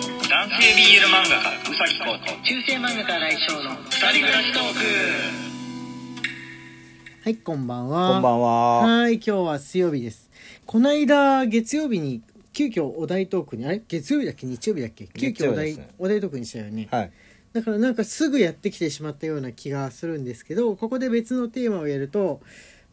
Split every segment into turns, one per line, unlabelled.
系 BL 漫画家うさぎこと
中世漫画家来翔の
二人暮らしトーク
はいこんばんは
こんば
は
んは。
ーい今日は水曜日ですこの間月曜日に急遽お題トークにあれ月曜日だっけ日曜日だっけ急
月
遽
曜
お
日で
題、
すね
お題トークにしたよね、
はい。
だからなんかすぐやってきてしまったような気がするんですけどここで別のテーマをやると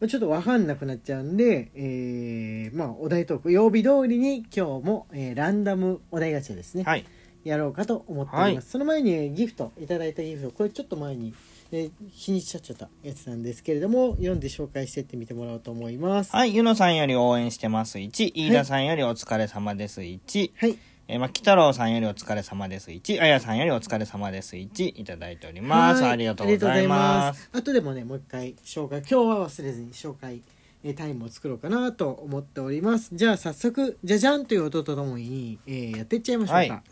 まあちょっとわかんなくなっちゃうんで、えーまあお題トーク曜日通りに今日も、えーランダムお題ガチャですね、
はい。
やろうかと思っております、
はい
その前にえーギフトいただいたギフトこれちょっと前に、ね、日にちちゃっちゃったやつなんですけれども読んで紹介してってみてもらおうと思います
はい、ゆのさんより応援してます。1、飯田さんよりお疲れ様です。1、
はい
えー、まき太郎さんよりお疲れ様です。1、あやさんよりお疲れ様です。1、いただいております。
はい
ありがとうございます。
あとでもねもう一回紹介今日は忘れずに紹介えータイムを作ろうかなと思っておりますじゃあ早速じゃじゃんという音とともに、えーやっていっちゃいましょうか、
はい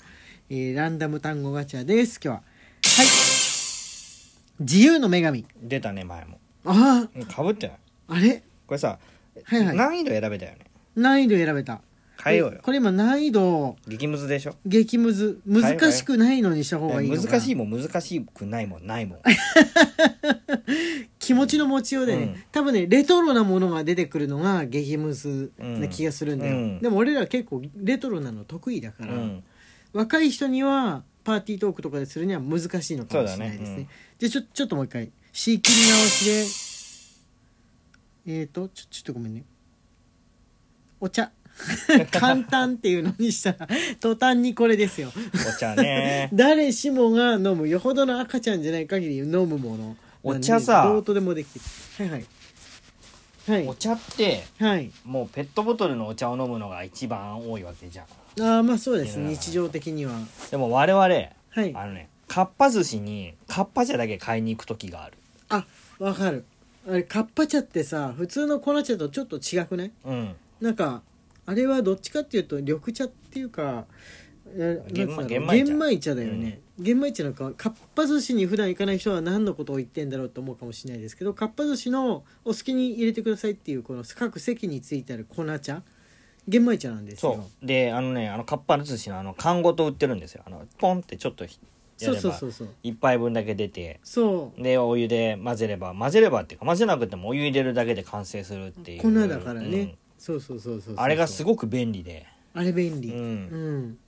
えーランダム単語ガチャです今日ははい自由の女神
出たね、前も。
あ
かぶってない。
ああれ
これさ、
はいはい
難易度選べたよね。
難易度選べた
変えようよ
こ。れ今難易度
激ムズでしょ
激ムズ難しくないのにした方がいいのかな
難しいもん難しくない もんないもん
気持ちの持ちようでね、
うん
多分ねレトロなものが出てくるのが激ムズな気がするんだよ、
うん
でも俺ら結構レトロなの得意だから、
うん
若い人にはパーティートークとかでするには難しいのかもしれないです
そ
ね
うだね
じゃあちょちょっともう一回 C 切り直しでえっ、ー、とちょちょっとごめんねお茶 簡単っていうのにしたら途端にこれですよ
お茶ね
誰しもが飲むよほどの赤ちゃんじゃない限り飲むものなんで
お茶さ
どうとでもできるはいはいはい
お茶って
はい
もうペットボトルのお茶を飲むのが一番多いわけじゃん
ああまあそうです
いや
日常的には
でも我々、
はい
あのねかっぱ寿司にかっぱ茶だけ買いに行く時がある
あわかるあれカッパ茶ってさ普通の粉茶とちょっと違くない
うん
なんかあれはどっちかっていうと緑茶っていうかえなんつう
玄米
んだろう
玄
玄米
米茶
茶だよね、玄米茶なんかかっぱ寿司に普段行かない人は何のことを言ってんだろうと思うかもしれないですけどかっぱ寿司のお好きに入れてくださいっていうこの各席についてある粉茶玄米茶なんですよ
そうであのねあのかっぱ寿司のあの缶ごと売ってるんですよあのポンってちょっとひや
そう
れ
そう
ば
そうそう
一杯分だけ出て
そう
でお湯で混ぜれば混ぜればっていうか混ぜなくてもお湯入れるだけで完成するっていう
粉だからね、
うん
そうそうそうそうそう
あれがすごく便利で
あれ便利
うん
うん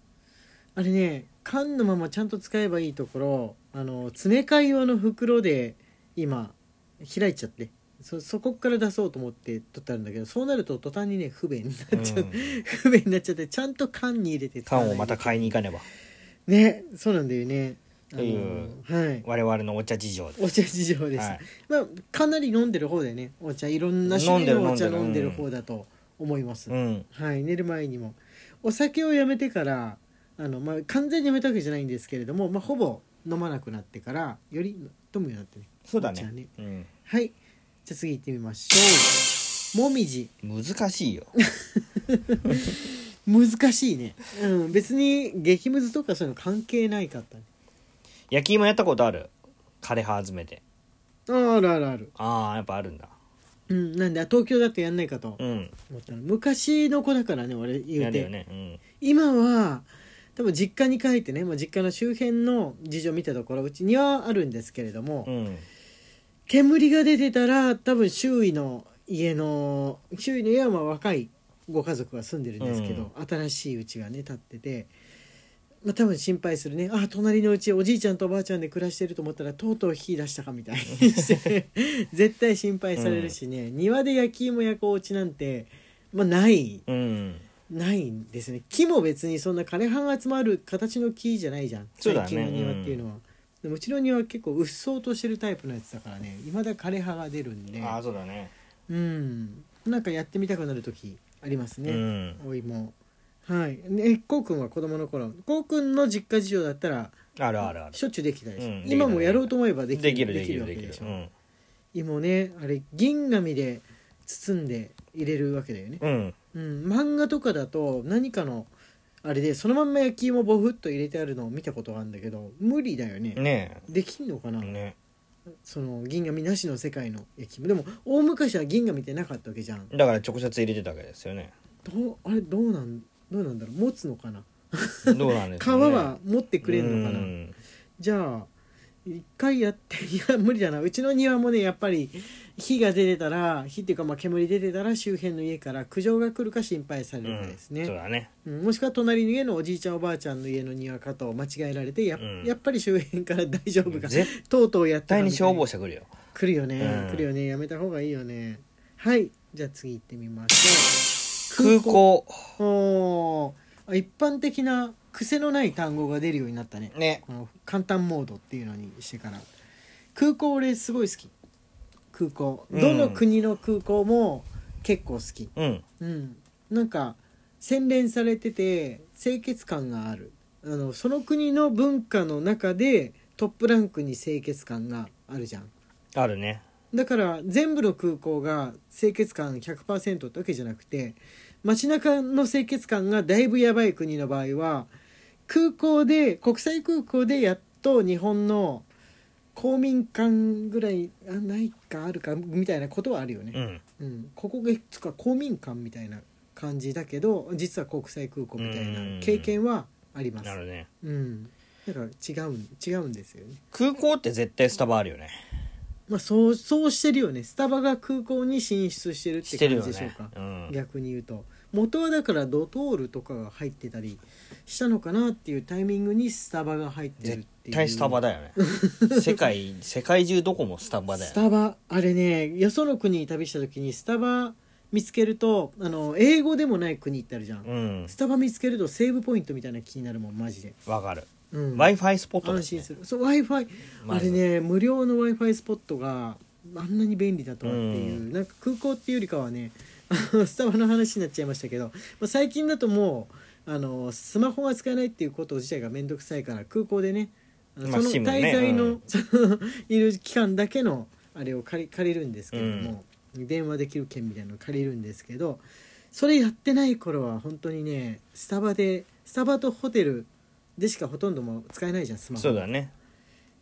あれね缶のままちゃんと使えばいいところあの詰め替え用の袋で今開いちゃってそそこから出そうと思って取ってあるんだけどそうなると途端にね不便になっちゃう、
うん
不便になっちゃってちゃんと缶に入れて使わ
缶
ない
をまた買いに行かねば
ねそうなんだよねあの
っていう
はい
我々のお茶事情で
お茶事情です、
はい
まあかなり飲んでる方だよねお茶いろんな種類のお茶飲
飲
ん
ん
で
でる
る
飲んで
方
る
だと思います、
うん
はい、寝る前にもお酒をやめてからあの、まあ、完全にやめたわけじゃないんですけれども、まあ、ほぼ飲まなくなってからより飲むようになってね
そうだ
お茶
ねうん
はいじゃあ次行ってみましょうもみじ
難しいよ
難しいね、うん、別に激ムズとかそういうの関係ないかったね
焼き芋やったことある枯葉集めて
あーあるあるある、
ああやっぱあるんだ
うん、なんであ東京だとやんないかと
うん
思ったの昔の子だからね俺言
や
う
る
て、
よねうん
今は多分実家に帰ってね、まあ、実家の周辺の事情を見たところうち庭あるんですけれども、
うん
煙が出てたら多分周囲の家の周囲の家はまあ若いご家族が住んでるんですけど、新しいうちがね建ってて、まあ、多分心配するねあ隣のうちおじいちゃんとおばあちゃんで暮らしてると思ったらとうとう火出したかみたいにして 絶対心配されるしね、庭で焼き芋焼くお家なんて、まあ、ない
うん
ないんですね木も別にそんな枯葉が集まる形の木じゃないじゃん
そ
最
うだね
近の庭っていうのは、でもうちの庭は結構うっそうとしてるタイプのやつだからねいまだ枯葉が出るんで
ああそうだね
うんなんかやってみたくなる時あります
う
ね、
ん
お芋はいねえこうくんは子供の頃こうくんの実家事情だったら
あるあるある
しょっちゅうできたでしょ、
うん
今もやろうと思えばで
で
きる
きるできる
わけ
でき
で
る
し
う
ょ、
ん
芋ねあれ銀紙で包んで入れるわけだよね
うん
うん、漫画とかだと何かのあれでそのまんま焼き芋ボフっと入れてあるのを見たことがあるんだけど無理だよね
ね
できんのかな、
えね
その銀紙なしの世界の焼き芋でも大昔は銀紙ってなかったわけじゃん
だから直接入れてたわけですよね
どうあれどうなんどうなんだろう持つのかな
どうなんです
皮は持ってくれるのかな、
うん
じゃあ一回やって いや無理だなうちの庭もねやっぱり火が出てたら火っていうかまあ煙出てたら周辺の家から苦情が来るか心配されるかですね、
うんそうだね
うんもしくは隣の家のおじいちゃんおばあちゃんの家の庭かと間違えられてや,、
うん
やっぱり周辺から大丈夫か
絶
とうとうやっ
絶
た
対
かみた
に
い
消
な
防車来るよ
来るよね、
うん
来るよねやめた方がいいよねはいじゃあ次行ってみましょう
空港
おー一般的な癖のない単語が出るようになったね
ね
この簡単モードっていうのにしてから空港俺すごい好き空港
うん
どの国の空港も結構好き
うん
うん、なんか洗練されてて清潔感があるあのその国の文化の中でトップランクに清潔感があるじゃん
あるね
だから全部の空港が清潔感100%ってわけじゃなくて街中の清潔感がだいぶやばい国の場合は空港で国際空港でやっと日本の公民館ぐらいあないかあるかみたいなことはあるよね
う。
う
ん
ん、ここがいくつか公民館みたいな感じだけど実は国際空港みたい
うん
な経験はあります
なるね
うんだから違うん違うんですよね
空港って絶対スタバあるよね
まあそうそうしてるよねスタバが空港に進出してるっ
しててる
感
よ
じでしょう
ね
か、
うん
逆に言うと元はだからドトールとかが入ってたりしたのかなっていうタイミングにスタバが入ってるっ
絶
ていう
対スタバだ よね世界世界中どこもスタバだよ
ス
ね
タバあれねよその国に旅した時にスタバ見つけるとあの英語でもない国ってあるじゃん
うん
スタバ見つけるとセーブポイントみたいな気になるもんマジで、
わかる
うん
w i f i スポットだ
安
しね
心するそう w i f i
ま
あ
ず
れね無料の w i f i スポットがあんなに便利だとはっていう、なんか空港っていうよりかはね あのスタバの話になっちゃいましたけど、まあ、最近だともうあのスマホが使えないっていうこと自体が面倒くさいから空港でねあの
まあ
その
シ
滞
ムね
在の,、
うん
そのいる期間だけのあれを借り借りるんですけども、電話できる券みたいなの借りるんですけどそれやってない頃は本当にねスタバでスタバとホテルでしかほとんどもう使えないじゃんスマホ
そうだね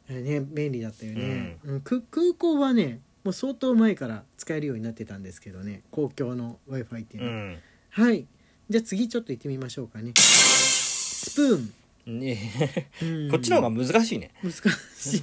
あれね便利だったよね、うんく空港はねもう相当前から使えるようになってたんですけどね公共の w i f i っていう
う
のは、
ん
はいじゃあ次ちょっと行ってみましょうかねスプ
ね
ーン、うん
こっちの方が難しいね
難し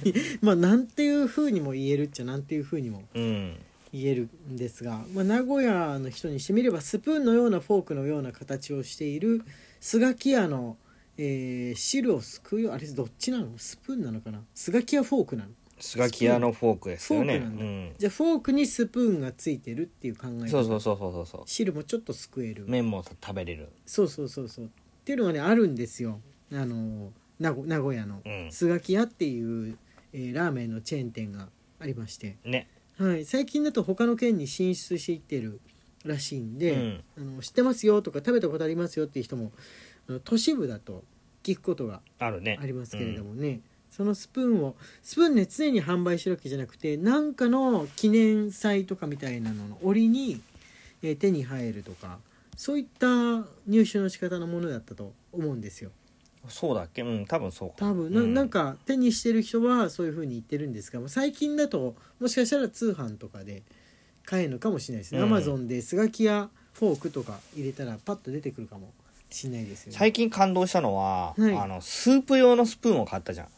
いまあなんていうふうにも言えるっちゃなんていうふうにも
うん
言えるんですが、まあ、名古屋の人にしてみればスプーンのようなフォークのような形をしているスガキヤの、えー汁をすくうよあれどっちなのスプーンなのかなスガキヤフォークなの
スガキ屋のフォークですよね
フォークなんだ
うん
じゃあフォークにスプーンがついてるっていう考え
そうそうそうそうそうそう
汁もちょっとすくえる
麺も食べれる
そうそうそうそうっていうのがねあるんですよあの名古名古屋の
うん
スガキ屋っていう、えーラーメンのチェーン店がありまして、
ね
はい、最近だと他の県に進出していってるらしいんで、
うん
あの知ってますよとか食べたことありますよっていう人もあの都市部だと聞くことが
あるね
ありますけれどもね、そのスプーンをスプーンね常に販売してるわけじゃなくてなんかの記念祭とかみたいなのの折に、えー手に入るとかそういった入手の仕方のものだったと思うんですよ
うんそうだっけうん多分そうか
多分な,、、
うんん
か手にしてる人はそういう風に言ってるんですがもう最近だともしかしたら通販とかで買えるのかもしれないですね、
うん
Amazon でスガキやフォークとか入れたらパッと出てくるかもしれないですよね
最近感動したのは、
はい
あのスープ用のスプーンを買ったじゃん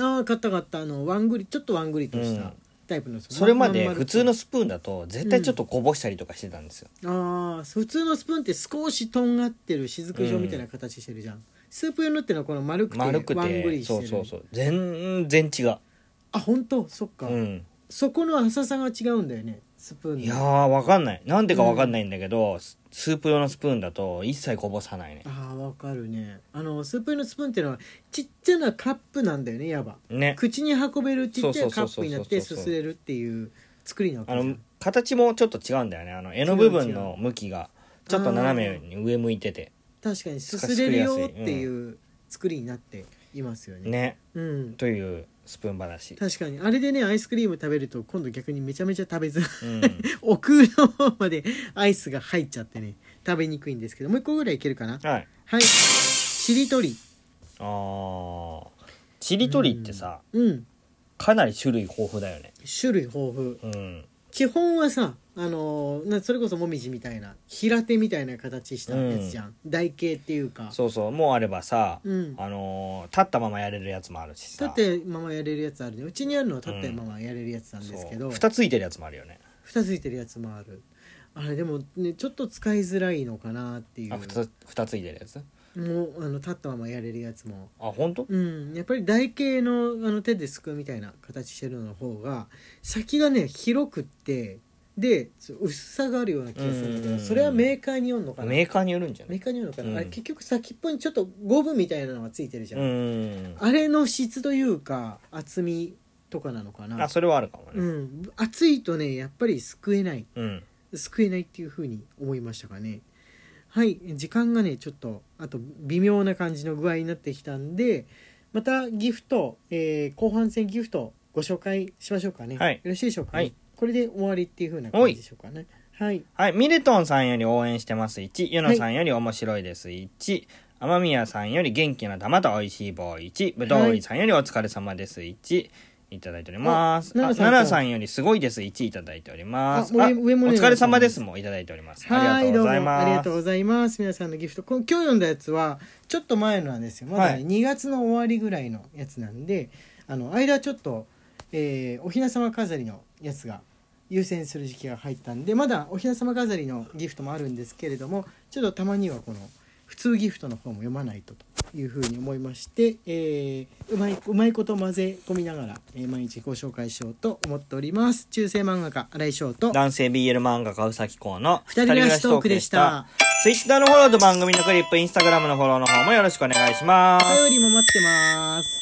ああ買った買ったあのワングリちょっとワングリとし
うん
たタイプの、
それま
ま
で
んまる
普通のスプーンだと絶対ちょっとこぼしたりとかしてたんですよ、
ああ普通のスプーンって少しとんがってる雫状みたいな形してるじゃん、スープ用のってのはこの丸くて
丸く
ワング
て
リして
そ
る
うそうそう全然違う、
あ本当そっか、
うん、
そこの浅さが違うんだよねスプーンの
いやー分かんないなんでか分かんないんだけど、ススープ用のスプーンだと一切こぼさないね
あーわかるねあのスープ用のスプーンっていうのはちっちゃなカップなんだよねやば
ね
口に運べるちっちゃいカップになって
そうそうそうそうそう
すすれるっていう作りなわけ
あ
じゃん
の形もちょっと違うんだよねあの柄の部分の向きがちょっと斜めに上向いてて
確かにすすれるよっていう作りになっていますよね
ね
うん
というスプーン話、
確かにあれでねアイスクリーム食べると今度逆にめちゃめちゃ食べづらい
うん、
奥の方までアイスが入っちゃってね食べにくいんですけどもう一個ぐらいいけるかな
はい
はいしりとり
あーちりとりってさ、
うん
かなり種類豊富だよね
種類豊富
うん
基本はさあのなそれこそもみじみたいな平手みたいな形したやつじゃん、台形っていうか
そうそうもうあればさ、
うん
あのー立ったままやれるやつもあるし
立
さ
ってままやれるやつあるねうちにあるのは立ってままやれるやつなんですけど、
そう蓋ついてるやつもあるよね
蓋ついてるやつもあるあれでもねちょっと使いづらいのかなっていう
あ蓋蓋ついてるやつあ
もうあの立ったままやれるやつも
本当
うんやっぱり台形のあの手ですくうみたいな形してるのの方が先がね広くってでそう薄さがあるような気がするんだけ
うんうんう
ど
ん
それはメーカーによるのかな
メーカーによるんじゃな
メー
い
カーによるのかな、
うん
あれ結局先っぽにちょっとゴムみたいなのがついてるじゃ、
うんん
あれの質というか厚みとかなのかな
あそれはあるかも
う
ね
ん厚いとねやっぱりすくえない
うん
救えないっていう風に思いましたかねはい時間がねちょっとあと微妙な感じの具合になってきたんでまたギフト、えー後半戦ギフトご紹介しましょうかね、
はい
よろしいでしょうか、ね
はい
これで終わりっていう風な感じでしょうかねはい
はいミレトンさんより応援してます1ユノさんより面白いです1雨宮さんより元気の玉と美味しい棒1ぶどういさんよりお疲れ様です1いただいております
あ奈良さ
あ
ん
奈良さんよりすごいです1いただいております
あ
あお
上上もね
疲れ様ですもいただいておりますあ
は
り
い
が
ど
と
う
うご
も
ざい
ありが
ま
とう
す
ございます皆さんのギフトこの今日読んだやつはちょっと前のなんですよまだ、ね
はい
2月の終わりぐらいのやつなんであの間ちょっと、えーおひなさま飾りのやつが優先する時期が入ったんでまだおひなさま飾りのギフトもあるんですけれどもちょっとたまにはこの普通ギフトの方も読まないとというふうに思いまして、えーうまいうまいこと混ぜ込みながら、えー毎日ご紹介しようと思っております中世漫画家新井翔と
男性 BL 漫画家うさきこうの
二人暮らしトークでした
ツイッターのフォローと番組のクリップインスタグラムのフォローの方もよろしくお願いします
お便りも待ってます